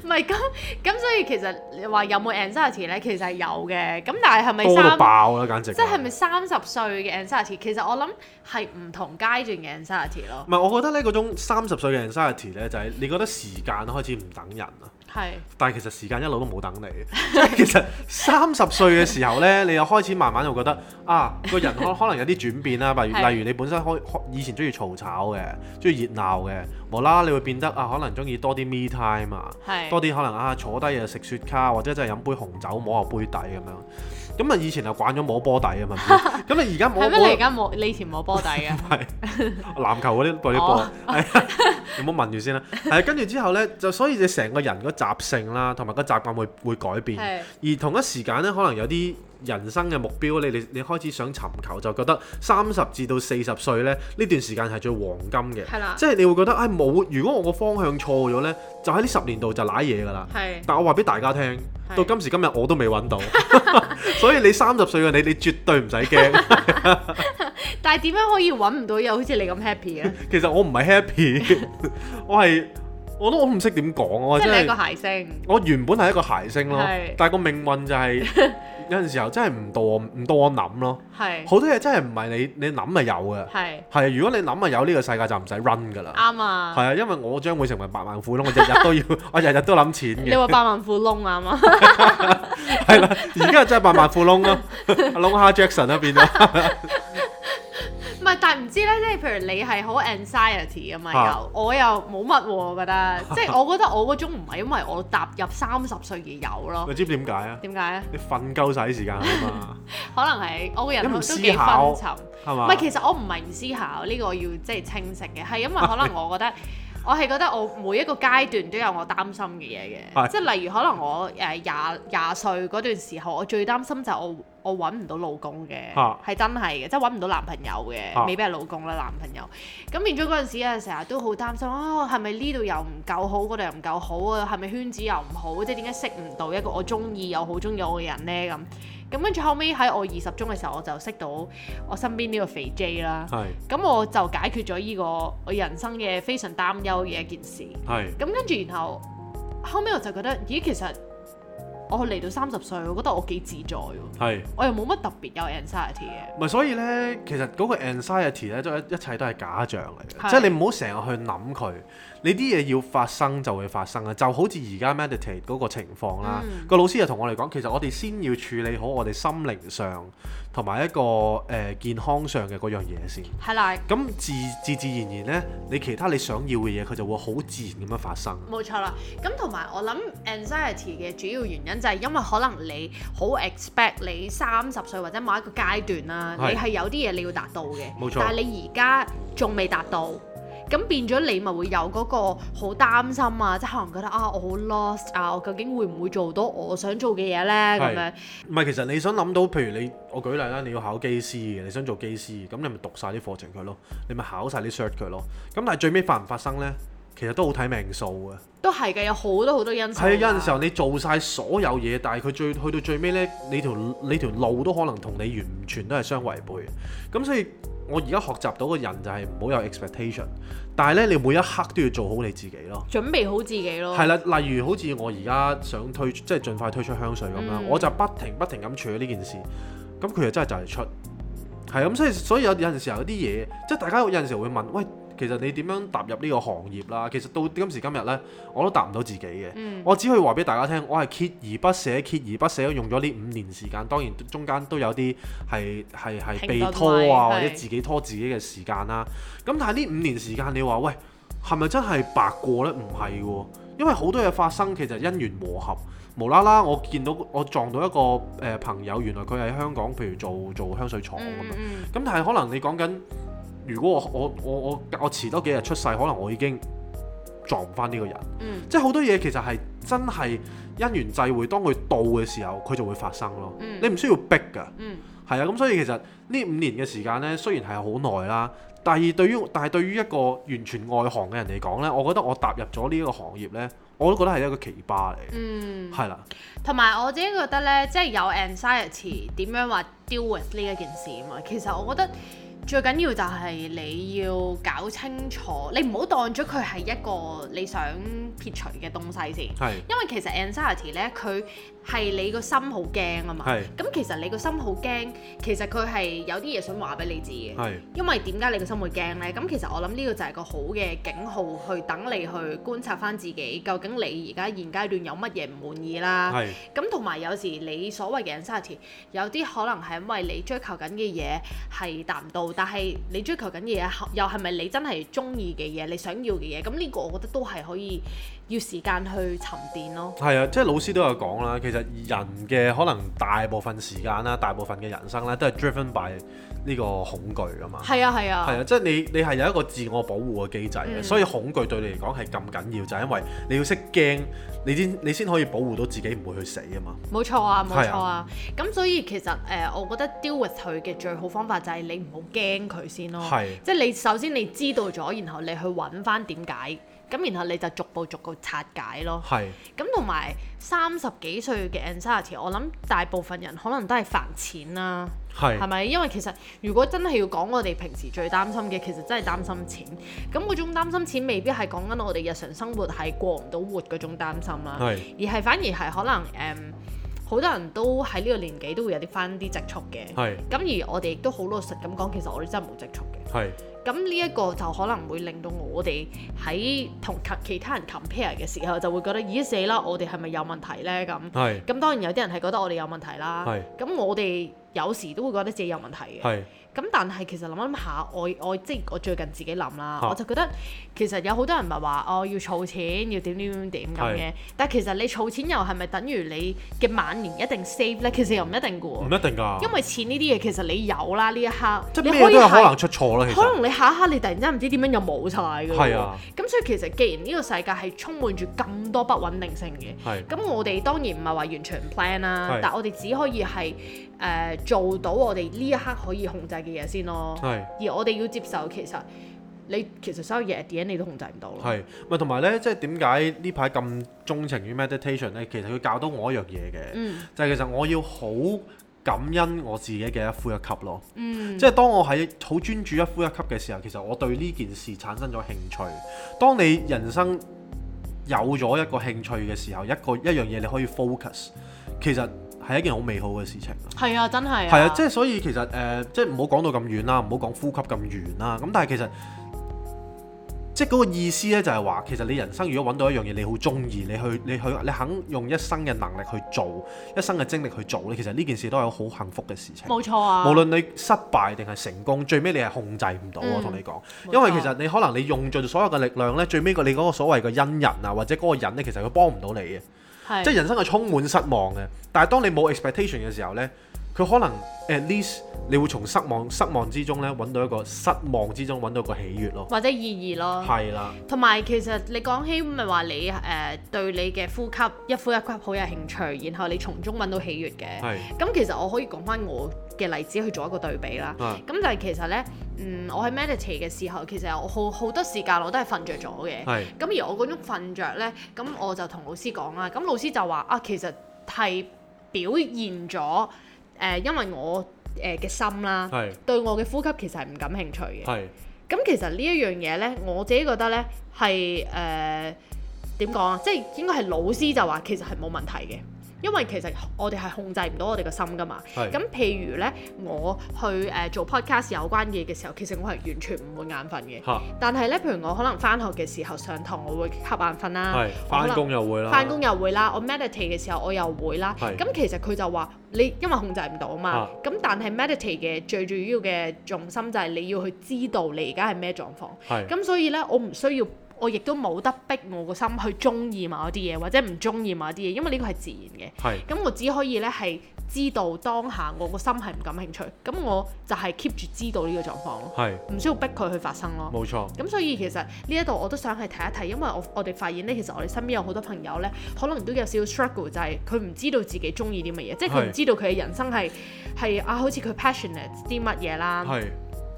B: 唔係咁咁，所以其實你話有冇 anxiety 咧，其實係有嘅。咁但係係咪
A: 多到
B: 三
A: 爆啦，簡直。
B: 即係咪三十歲嘅 anxiety？其實我諗係唔同階段嘅 anxiety 咯。
A: 唔係，我覺得咧嗰種三十歲嘅 anxiety 咧，就係、你覺得時間開始唔等人啊，
B: 係
A: 但係其實時間一路都冇等你， 即係其實三十歲嘅時候咧，你又開始慢慢就覺得啊，個人可可能有啲轉變啦，例如
B: 係
A: 例如你本身開開以前中意嘈吵嘅，中意熱鬧嘅，無啦啦你會變得啊，可能中意多啲 me time 啊。
B: 係
A: 多啲可能啊坐低啊食雪茄，或者真係飲杯紅酒摸下杯底咁樣。咁啊以前就慣咗摸波底啊嘛， 咁你而家摸
B: 係咩？你
A: 摸
B: 而家冇你以前冇波底嘅
A: 係籃球嗰啲嗰啲波，
B: 哦
A: 係啊 你唔好問住先啦。係啊跟住之後呢，就所以你成個人個習性啦，同埋個習慣會會改變。
B: 係
A: 而同一時間呢，可能有啲人生嘅目標，你你你開始想尋求，就覺得三十至到四十歲呢，呢段時間係最黃金嘅，
B: 係啦
A: 即係你會覺得，唉、冇，如果我個方向錯咗呢，就喺呢十年度就舐嘢㗎啦。
B: 係
A: 但我話俾大家聽，
B: 係
A: 到今時今日我都未揾到， 所以你三十歲嘅你，你絕對唔使 驚。
B: 但係點樣可以揾唔到有好似你咁 happy 嘅？
A: 其實我唔係 happy，我 係我都我唔識點講，我
B: 即係你一
A: 真
B: 個
A: 係
B: 諧星，
A: 我原本係一個諧星咯
B: 係，
A: 但係個命運就 係、有陣時候真係唔到我唔到我諗咯，
B: 係
A: 好多嘢真係唔係你你諗係有嘅，
B: 係
A: 係啊如果你諗係有呢個世界就唔使 run 㗎啦，
B: 啱啊
A: 係！啊，因為我將會成為百萬富翁，我日日都 要我日日都諗錢
B: 你
A: 嘅，
B: 話百萬富翁啊嘛？
A: 係啦，而家真係百萬富翁咯，窿蝦 Jackson 啦變 咗，
B: 唔係，但係唔知咧，即係譬如你係好 anxiety 啊嘛，
A: 啊
B: 又我又冇乜喎，我 覺得，即係我覺得我嗰種唔係因為我踏入三十歲而有咯
A: 你，知唔知點解啊？
B: 點解咧？
A: 你瞓夠晒啲時間啊 嘛，
B: 可能係我個人
A: 你
B: 都
A: 唔思
B: 幾
A: 考
B: 昏沉，
A: 係
B: 唔
A: 嘛？
B: 係其實我唔係唔思考呢、個要即係清晰嘅，係 因為可能我覺得。我係覺得我每一個階段都有我擔心嘅嘢嘅，
A: 係
B: 即係例如可能我誒廿廿歲嗰段時候，我最擔心就係我我揾唔到老公嘅，係、
A: 啊
B: 真係嘅，即係揾唔到男朋友嘅，
A: 啊
B: 未必係老公啦，男朋友。咁變咗嗰陣時啊，成日都好擔心啊，係咪呢度又唔夠好，嗰度又唔夠好啊？係咪圈子又唔好？即係點解識唔到一個我中意又好中意我嘅人呢？咁咁跟住後尾喺我二十中嘅時候，我就識到我身邊呢個肥 J 啦。
A: 係
B: 咁我就解決咗呢個我人生嘅非常擔憂嘅一件事。
A: 係
B: 咁跟住然後後尾我就覺得，咦，其實我嚟到三十歲，我覺得我幾自在喎，
A: 係。
B: 我又冇乜特別有 anxiety 嘅。
A: 咪所以咧，其實嗰個 anxiety 咧，都一一切都係假象嚟
B: 係
A: 嘅，即係你唔好成日去諗佢，你啲嘢要發生就會發生啊！就好似而家 meditate 嗰個情況啦，
B: 嗯
A: 個老師就同我哋講，其實我哋先要處理好我哋心靈上同埋一個誒、呃健康上嘅嗰樣嘢先。
B: 係啦，
A: 咁自自自然然咧，你其他你想要嘅嘢，佢就會好自然咁樣發生。
B: 冇錯啦。咁同埋我諗 anxiety 嘅主要原因就係因為可能你好 expect 你三十歲或者某一個階段啦，
A: 係
B: 你係有啲嘢你要達到嘅，
A: 冇錯
B: 但係你而家仲未達到。咁變咗你咪會有嗰個好擔心啊，即係可能覺得啊，我好 lost 啊，我究竟會唔會做到我想做嘅嘢呢？咁樣
A: 唔係，其實你想諗到，譬如你，我舉例啦，你要考機師嘅，你想做機師，咁你咪讀晒啲課程佢咯，你咪考晒啲 cert 佢咯。咁但係最尾發唔發生呢？其實都好睇命數嘅。
B: 都係嘅，有好多好多因素㗎。
A: 係啊，有陣時候你做晒所有嘢，但係佢最去到最尾呢，你條你條路都可能同你完全都係相違背嘅。咁所以我而家學習到嘅人就係唔好有 expectation，但係呢，你每一刻都要做好你自己咯。
B: 準備好自己咯。
A: 係啦，例如好似我而家想推，即係盡快推出香水咁啦，我就不停不停咁處理呢件事，咁佢又真係就嚟出，係咁，所以所以有有陣時候有啲嘢，即係大家有陣時候會問，喂，其實你點樣踏入呢個行業啦？其實到今時今日呢，我都答唔到自己嘅，我只可以話俾大家聽，我係鍥而不捨，鍥而不捨用咗呢五年時間，當然中間都有啲係係係被
B: 停頓
A: 拖
B: 位
A: 啊，或者
B: 係
A: 自己拖自己嘅時間啦。咁但係呢五年時間，你話喂？係咪真係白過呢？唔係喎，因為好多嘢發生，其實因緣和合。無啦啦，我見到我撞到一個誒、呃朋友，原來佢喺香港，譬如做做香水廠咁
B: 嗯
A: 樣。
B: 嗯
A: 咁但係可能你講緊，如果我我我我我遲多幾日出世，可能我已經撞唔翻呢個人。
B: 嗯
A: 即係好多嘢其實係真係因緣際會，當佢到嘅時候，佢就會發生咯。
B: 嗯
A: 你唔需要逼㗎。
B: 嗯
A: 係啊，咁所以其實呢五年嘅時間呢，雖然係好耐啦，但係對於但係對於一個完全外行嘅人嚟講呢，我覺得我踏入咗呢一個行業呢，我都覺得係一個奇葩嚟嘅，
B: 嗯，
A: 係啦、
B: 同埋我自己覺得呢，即係有 anxiety 點樣話 deal with 呢一件事啊嘛。其實我覺得最緊要就係你要搞清楚，你唔好當咗佢係一個你想撇除嘅東西先。
A: 係
B: 因為其實 anxiety 咧，佢係你個心好驚啊嘛。
A: 係
B: 咁其實你個心好驚，其實佢係有啲嘢想話俾你知嘅。
A: 係
B: 因為點解你個心會驚呢？咁其實我諗呢個就係個好嘅警號，去等你去觀察翻自己，究竟你而家現階段有乜嘢唔滿意啦。
A: 係
B: 咁同埋有時你所謂嘅 anxiety，有啲可能係因為你追求緊嘅嘢係達唔到，但係你追求緊嘅嘢 又係咪你真係中意嘅嘢，你想要嘅嘢？咁呢個我覺得都係可以要時間去沉澱咯。
A: 係啊，即係老師都有講啦，其實人嘅可能大部分時間啦，大部分嘅人生呢，都係 driven by 呢個恐懼㗎嘛。
B: 係啊係
A: 係
B: 啊，
A: 啊，即係你你係有一個自我保護嘅機制嘅，
B: 嗯
A: 所以恐懼對你嚟講係咁緊要，就係因為你要識驚，你先你先可以保護到自己唔會去死啊嘛。
B: 冇錯啊冇
A: 係
B: 錯啊。咁所以其實誒、呃我覺得 deal with 佢嘅最好方法就係你唔好驚佢先咯。
A: 係
B: 即係你首先你知道咗，然後你去揾翻點解，咁然後你就逐步逐步拆解咯。
A: 係。
B: 咁同埋三十幾歲嘅 anxiety，我諗大部分人可能都係煩錢啦，係
A: 係
B: 咪？因為其實如果真係要講我哋平時最擔心嘅，其實真係擔心錢。咁嗰種擔心錢未必係講緊我哋日常生活係過唔到活嗰種擔心啦，
A: 係
B: 而係反而係可能誒，嗯好、多人都喺呢個年紀都會有啲翻啲積蓄嘅。
A: 係
B: 咁而我哋亦都好老實咁講，其實我哋真係冇積蓄嘅。
A: 係
B: 咁呢一個就可能會令到我哋喺同其其他人 compare 嘅時候，就會覺得咦死啦，我哋係咪有問題呢？咁
A: 係
B: 咁當然有啲人係覺得我哋有問題啦
A: 係。
B: 咁我哋有時都會覺得自己有問題嘅。
A: 係
B: 咁但係其實諗諗下，我我即係我最近自己諗啦，
A: 嚇
B: 我就覺得其實有好多人咪話哦要儲錢，要點點點點咁嘅。但係其實你儲錢又係咪等於你嘅晚年一定 save 呢？其實又唔一定嘅
A: 唔
B: 喎。
A: 一定㗎，
B: 因為錢呢啲嘢其實你有啦，呢一刻
A: 即
B: 你
A: 係咩都有可
B: 係
A: 能出錯啦。其
B: 可
A: 實
B: 能你下一刻你突然之間唔知點樣又冇晒㗎喎
A: 係啊，
B: 咁所以其實既然呢個世界係充滿住咁多不穩定性嘅，
A: 係
B: 咁我哋當然唔係話完全唔 plan 啦
A: 係，
B: 但我哋只可以係誒、呃做到我哋呢一刻可以控制嘅嘢先咯。
A: 係
B: 而我哋要接受其實你其實所有嘢 at the end 你都控制唔到咯。
A: 係咪同埋咧？即係點解呢排咁鍾情於 meditation 咧？其實佢教到我一樣嘢嘅，
B: 嗯
A: 就係其實我要好感恩我自己嘅一呼一吸咯。
B: 嗯
A: 即係當我喺好專注一呼一吸嘅時候，其實我對呢件事產生咗興趣。當你人生有咗一個興趣嘅時候，一個一樣嘢你可以 focus，其實係一件好美好嘅事情。
B: 係啊，真係
A: 係啊，即係所以其實誒、呃即係唔好講到咁遠啦，唔好講呼吸咁遠啦。咁但係其實即係嗰個意思咧，就係話其實你人生如果揾到一樣嘢你好中意，你去你去你肯用一生嘅能力去做，一生嘅精力去做咧，其實呢件事都係好幸福嘅事情。
B: 冇錯啊。
A: 無論你失敗定係成功，最尾你係控制唔到啊！我
B: 嗯
A: 同你講，
B: 冇錯
A: 因為其實你可能你用盡所有嘅力量呢，最尾個你嗰個所謂嘅恩人啊，或者嗰個人呢，其實佢幫唔到你嘅，
B: 係
A: 即係人生係充滿失望嘅。但係當你冇 expectation 嘅時候呢，佢可能 at least 你會從失望失望之中咧揾到一個失望之中揾到一個喜悅咯。
B: 或者意義咯。
A: 係啦，
B: 同埋其實你講起咪話你誒、呃、對你嘅呼吸一呼一吸好有興趣，然後你從中揾到喜悅嘅。
A: 係
B: 咁其實我可以講翻我嘅例子去做一個對比啦。
A: 啊
B: 咁就係其實呢，嗯，我喺 meditate 嘅時候，其實我好好多時間我都係瞓着咗嘅。
A: 係
B: 咁而我嗰種瞓着呢，咁我就同老師講啦。咁老師就話啊，其實係表現咗誒、呃因為我誒嘅、心啦，
A: 係
B: 對我嘅呼吸其實係唔感興趣嘅。
A: 係
B: 咁其實呢一樣嘢呢，我自己覺得呢係誒呃點講啊，即係應該係老師就話其實係冇問題嘅，因為其實我哋係控制唔到我哋個心噶嘛。
A: 係
B: 咁譬如呢，我去誒、呃做 podcast 有關嘢嘅時候，其實我係完全唔會眼瞓嘅。
A: 嚇
B: 但係呢，譬如我可能返學嘅時候上堂，我會瞌眼瞓啦
A: 係。
B: 我可
A: 翻
B: 能
A: 工又會啦，
B: 翻工又會啦，我 meditate 嘅時候我又會啦。
A: 係
B: 咁其實佢就話你因為控制唔到啊嘛
A: 啊，
B: 咁、但係 meditate 嘅最主要嘅重心就係你要去知道你而家係咩狀況。
A: 係
B: 咁所以呢，我唔需要，我亦都冇得逼我個心去中意某一啲嘢，或者唔中意某一啲嘢，因為呢個係自然嘅。
A: 係
B: 咁我只可以呢係知道當下我個心係唔感興趣，咁我就係 keep 住知道呢個狀況咯，
A: 係
B: 唔需要逼佢去發生咯。
A: 冇錯，
B: 咁所以其實呢一度我都想係提一提，因為我我哋發現呢，其實我哋身邊有好多朋友呢，可能都有少少 struggle，就係佢唔知道自己中意啲乜嘢，即係佢
A: 係
B: 唔知道佢嘅人生係係啊，好似佢 passionate 啲乜嘢啦。
A: 係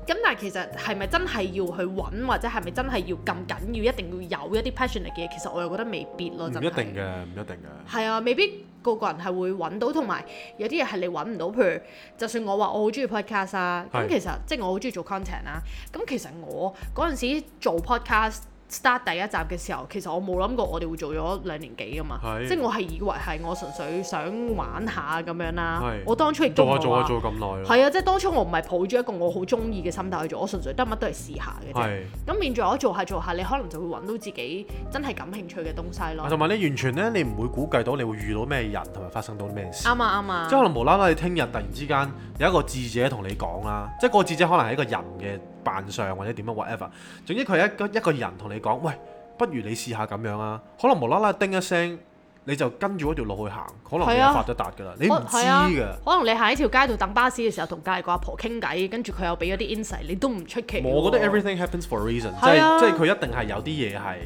B: 咁但係其實係咪真係要去揾，或者係咪真係要咁緊要，一定要有一啲 passionate 嘅嘢？其實我又覺得未必咯，
A: 唔一
B: 真係。
A: 定嘅，唔一定嘅。
B: 係啊，未必個個人係會揾到，同埋有啲嘢係你揾唔到。譬如，就算我話我好中意 podcast 啊，咁
A: 係
B: 其實即係我好中意做 content 啦、咁其實我嗰陣時做 podcast start 第一集嘅時候，其實我冇諗過我哋會做咗兩年幾噶嘛。
A: 係
B: 即係我係以為係我純粹想玩下咁樣啦
A: 係。
B: 我當初亦都
A: 做
B: 冇
A: 下
B: 話
A: 做下做咁耐啦，
B: 係啊，即係當初我唔係抱住一個我好中意嘅心態去做，我純粹得乜都係試下嘅啫。
A: 係
B: 咁變咗我做下做下，你可能就會揾到自己真係感興趣嘅東西
A: 啊
B: 咯。
A: 同埋你完全咧，你唔會估計到你會遇到咩人，同埋發生到咩事。
B: 啱啊啱啊。
A: 即係可能無啦啦，你聽日突然之間有一個智者同你講啦，即係嗰個智者可能係一個人嘅扮相或者點樣 whatever，總之佢係一個一個人同你講，喂，不如你試下咁樣啊，可能無啦啦叮一聲，你就跟住嗰條路去行，可能你
B: 係
A: 就
B: 啊
A: 發咗達㗎啦，你唔
B: 可
A: 知
B: 係啊
A: 㗎，
B: 可能你行喺條街度等巴士嘅時候，同隔離個阿婆傾偈，跟住佢又俾咗啲 insight，你都唔出奇喎。
A: 我覺得 everything happens for a reason，即
B: 係
A: 係
B: 啊
A: 即係佢一定係有啲嘢係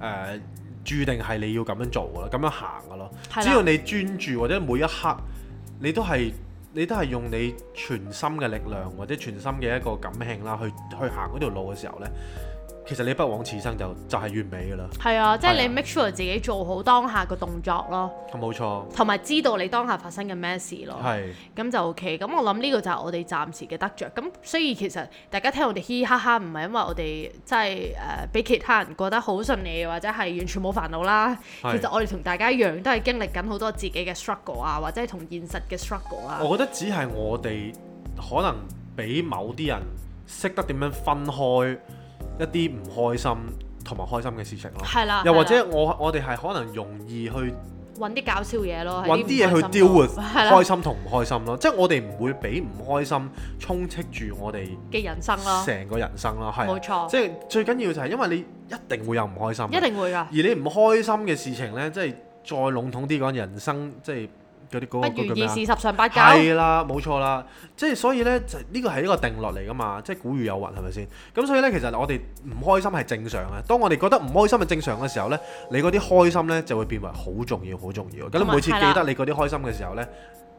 A: 誒注定係你要咁樣做㗎啦，咁樣行㗎咯。
B: 係啦
A: 只要你專注或者每一刻你都係你都係用你全心嘅力量或者全心嘅一個感興啦，去去行嗰條路嘅時候呢，其實你不枉此生就就係完美㗎啦。
B: 係啊，即係
A: 係
B: 你
A: 啊
B: make sure 自己做好當下個動作咯，
A: 咁冇錯，
B: 同埋知道你當下發生緊咩事咯。
A: 係
B: 咁就 OK。咁我諗呢個就係我哋暫時嘅得着。咁所以其實大家聽我哋嘻嘻哈哈，唔係因為我哋即係誒俾其他人覺得好順利，或者係完全冇煩惱啦。其
A: 係
B: 實我哋同大家一樣，都係經歷緊好多自己嘅 struggle 啊，或者係同現實嘅 struggle 啊。
A: 我覺得只係我哋可能俾某啲人識得點樣分開一啲唔開心同埋開心嘅事情咯。
B: 係啦，
A: 又或
B: 啊係
A: 者
B: 啦
A: 我我哋係可能容易去
B: 揾啲搞笑嘢咯，
A: 揾啲嘢去 deal
B: deal
A: with
B: 係啦
A: 開心同唔開心咯，即係我哋唔會俾唔開心充斥住我哋
B: 嘅人生咯，
A: 成個人生咯，係
B: 冇
A: 啊
B: 錯
A: 即係最緊要就係因為你一定會有唔開心嘅，啊
B: 一定會㗎。
A: 而你唔開心嘅事情呢，即係再籠統啲講，人生即係嗰啲
B: 不
A: 嗰個
B: 如
A: 叫
B: 意
A: 咩啊
B: 事十常八九，
A: 係啦，冇錯啦，即係所以呢，就呢個係一個定律嚟噶嘛，即係古語有云係咪先？咁所以呢，其實我哋唔開心係正常嘅。當我哋覺得唔開心係正常嘅時候呢，你嗰啲開心呢就會變為好重要、好重要。咁
B: 同
A: 你
B: 埋
A: 每次記
B: 啊係啦
A: 得你嗰啲開心嘅時候呢，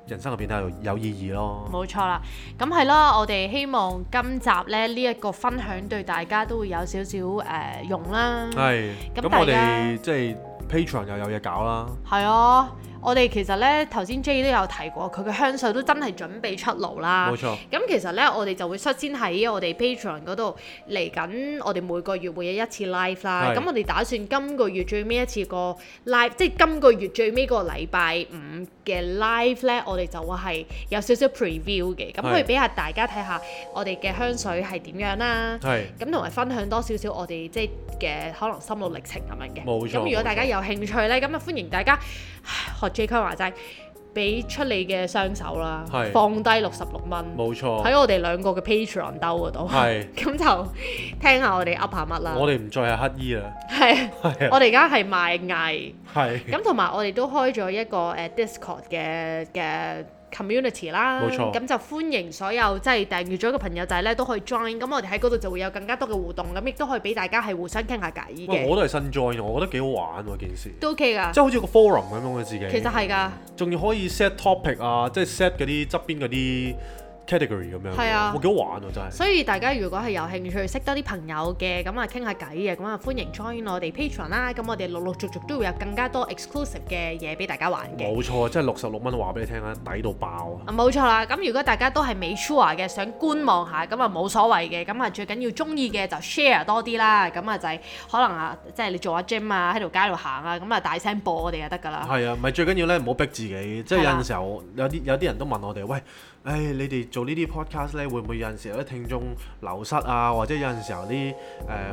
A: 人生就變得有有意義咯。
B: 冇錯啦。咁係啦，我哋希望今集咧呢一個分享對大家都會有少少誒用啦。
A: 係，
B: 咁
A: 咁
B: 大
A: 我
B: 家
A: 哋即係 Patreon 又有嘢搞啦，
B: 係啊，我哋其實咧頭先 J 都有提過，佢嘅香水都真係準備出爐啦
A: 冇。錯，
B: 咁其實咧，我哋就會率先喺我哋 Patreon 嗰度嚟緊，我哋每個月會有一次 live 啦。
A: 係
B: 咁我哋打算今個月最尾一次個 live，即係今個月最尾個禮拜五嘅 live 咧，我哋就會係有少少 preview 嘅，咁
A: 係
B: 可以俾下大家睇下我哋嘅香水係點樣啦。
A: 係
B: 咁同埋分享多少少我哋即係嘅可能心路歷程咁樣嘅。
A: 冇錯
B: 咁如果大家
A: 冇錯
B: 有興趣咧，咁啊歡迎大家唉學 J 區話齋，俾出你嘅雙手啦
A: 係，
B: 放低六十六蚊。
A: 冇錯，
B: 喺我哋兩個嘅 Patreon 兜嗰度，
A: 哦係
B: 咁就聽下我哋噏下乜啦。
A: 我哋唔再係乞衣啦，
B: 係，
A: 係啊，
B: 我哋而家係賣藝，
A: 係
B: 咁同埋我哋都開咗一個誒、呃 Discord 嘅嘅 community 啦，
A: 冇錯
B: 咁就歡迎所有即係訂閱咗嘅朋友仔咧都可以 join，咁我哋喺嗰度就會有更加多嘅互動，咁亦都可以俾大家係互相傾下偈
A: 喂，
B: 嘅，
A: 我都係新 join，我覺得幾好玩喎件事，
B: 都 OK 噶
A: 即，係好似個 forum 咁樣嘅自己。
B: 其實係㗎，
A: 仲要可以 set topic 啊，即係 set 嗰啲側邊嗰啲 category 咁樣。
B: 係啊
A: 我幾好玩喎真係。
B: 所以大家如果係有興趣識多啲朋友嘅，咁啊傾下偈嘅，咁啊歡迎 join 我哋 patron 啦，咁我哋陸陸續續都會有更加多 exclusive 嘅嘢俾大家玩嘅。
A: 冇錯，即係六十六蚊話俾你聽啊，抵到爆啊！
B: 啊冇錯啦，咁如果大家都係未 sure 嘅，想觀望下，咁啊冇所謂嘅，咁啊最緊要中意嘅就 share 多啲啦，咁啊就係可能啊，即係你做下 gym 啊，喺條街度行啊，咁啊大聲播我哋就得㗎啦，
A: 係啊，咪最緊要咧，唔好逼自己。即係
B: 係
A: 有
B: 啦
A: 陣時候，有啲有啲人都問我哋，喂，唉，你哋做呢啲 podcast 咧，會唔會有陣時有啲聽眾流失啊，或者有陣時候啲誒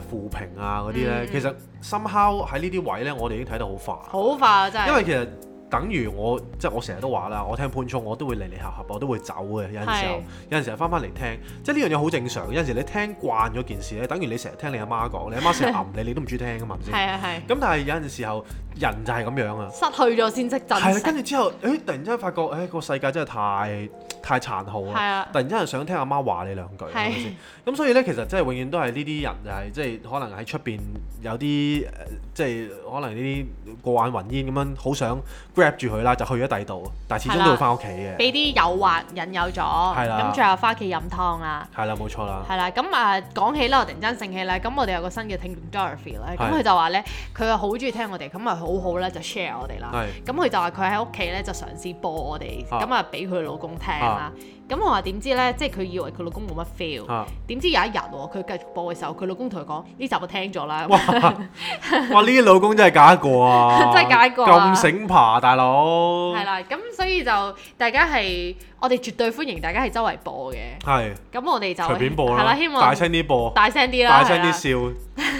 A: 負評啊嗰啲
B: 嗯
A: 咧？其實 somehow 喺呢啲位咧，我哋已經睇得好快。
B: 好快啊真
A: 因
B: 係，
A: 為其實等於我即係我成日都話啦，我聽潘聰我都會離離合合，我都會走嘅。有陣時候
B: 係，
A: 有陣時候翻翻嚟聽，即係呢樣嘢好正常。有陣時你聽慣咗件事咧，等於你成日聽你阿媽講，你阿媽成日吟你，你都唔中意聽噶嘛，係咪先？
B: 係啊係，
A: 咁但係有陣時候人就係咁樣啊。
B: 失去咗先識珍
A: 係啦，
B: 惜
A: 跟，住之後，誒、突然之間發覺，誒、個世界真係太太殘酷
B: 係
A: 啦
B: 啊！
A: 突然之間想聽阿媽話你兩句，係咪
B: 係
A: 先？咁所以咧，其實真係永遠都係呢啲人就係即係可能喺出邊有啲誒、呃即係可能呢啲過眼雲煙咁樣，好想 grab 住佢啦，就去咗第二度，但係始終
B: 係啦
A: 都會翻屋企嘅。
B: 俾啲誘惑引誘咗，
A: 啦
B: 咁最後翻屋企飲湯啦。
A: 係啦，冇錯啦。
B: 係啦，咁啊講起啦，我突然間醒起啦，咁我哋有個新嘅聽眾 Dorothy 啦，咁
A: 係
B: 佢就話咧，佢好中意聽我哋，咁啊好好咧就 share 我哋啦
A: 係，
B: 咁佢就話佢喺屋企咧就嘗試播我哋，
A: 啊
B: 咁啊俾佢老公聽啦，咁我話點知咧，即係佢以為佢老公冇乜 feel，
A: 啊！
B: 點知有一日喎，佢繼續播嘅時候，佢老公同佢講呢集我聽咗啦，
A: 哇！哇！呢啲老公真係假過啊！
B: 真係假過啊
A: 咁醒爬大佬。
B: 係啦，咁所以就大家係我哋絕對歡迎大家係周圍播嘅，
A: 係
B: 咁我哋就
A: 隨便播
B: 係
A: 啦
B: 啦，希，望
A: 大聲啲播，
B: 大聲啲啦，
A: 大
B: 係
A: 聲
B: 啦
A: 啲笑。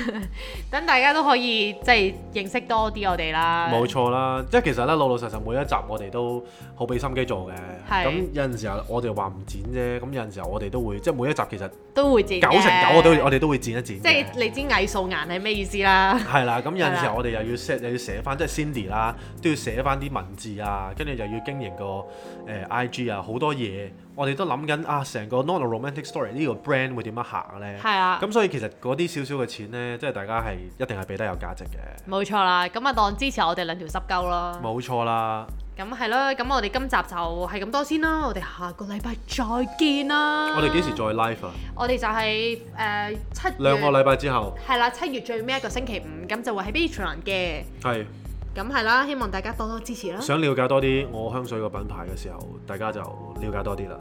B: 等大家都可以即係認識多啲我哋啦。
A: 冇錯啦，即係其實咧老老實實每一集我哋都好俾心機做嘅，
B: 係
A: 咁有陣時候我哋話唔剪啫，咁有陣時候我哋都會即係每一集其實
B: 都會剪嘅
A: 九成九我都會我哋都會剪一剪
B: 即係
A: 嘅。
B: 你知藝術眼係咩意思啦？
A: 係啦，咁有陣時
B: 係啦
A: 候我哋又要 set 又要寫翻，即係 Cindy 啦，都要寫翻啲文字啊，跟住又要經營個誒、呃 IG 啊，好多嘢，我哋都諗緊啊，成個 Not a Romantic Story 呢個 brand 會點樣行呢？
B: 係啊，
A: 咁所以其實嗰啲少少嘅錢呢，即係大家係一定係俾得有價值嘅，
B: 冇錯啦。咁啊，當支持我哋兩條濕鳩咯。
A: 冇錯啦。
B: 咁係咯，咁我哋今集就係咁多先啦。我哋下個禮拜再見啦。
A: 我哋幾時？再 live 啊？
B: 我哋就係誒七月
A: 兩個禮拜之後。
B: 係啦，七月最尾一個星期五，咁就會喺 Patreon 嘅。
A: 係
B: 咁係啦，希望大家多多支持啦。
A: 想了解多啲我香水個品牌嘅時候，大家就了解多啲啦。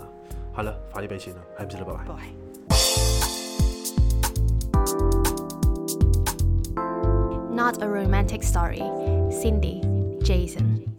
A: 係啦，快啲俾錢啦，係唔知啦，拜拜。
B: 拜拜。
C: Not a Romantic Story. Cindy, Jason.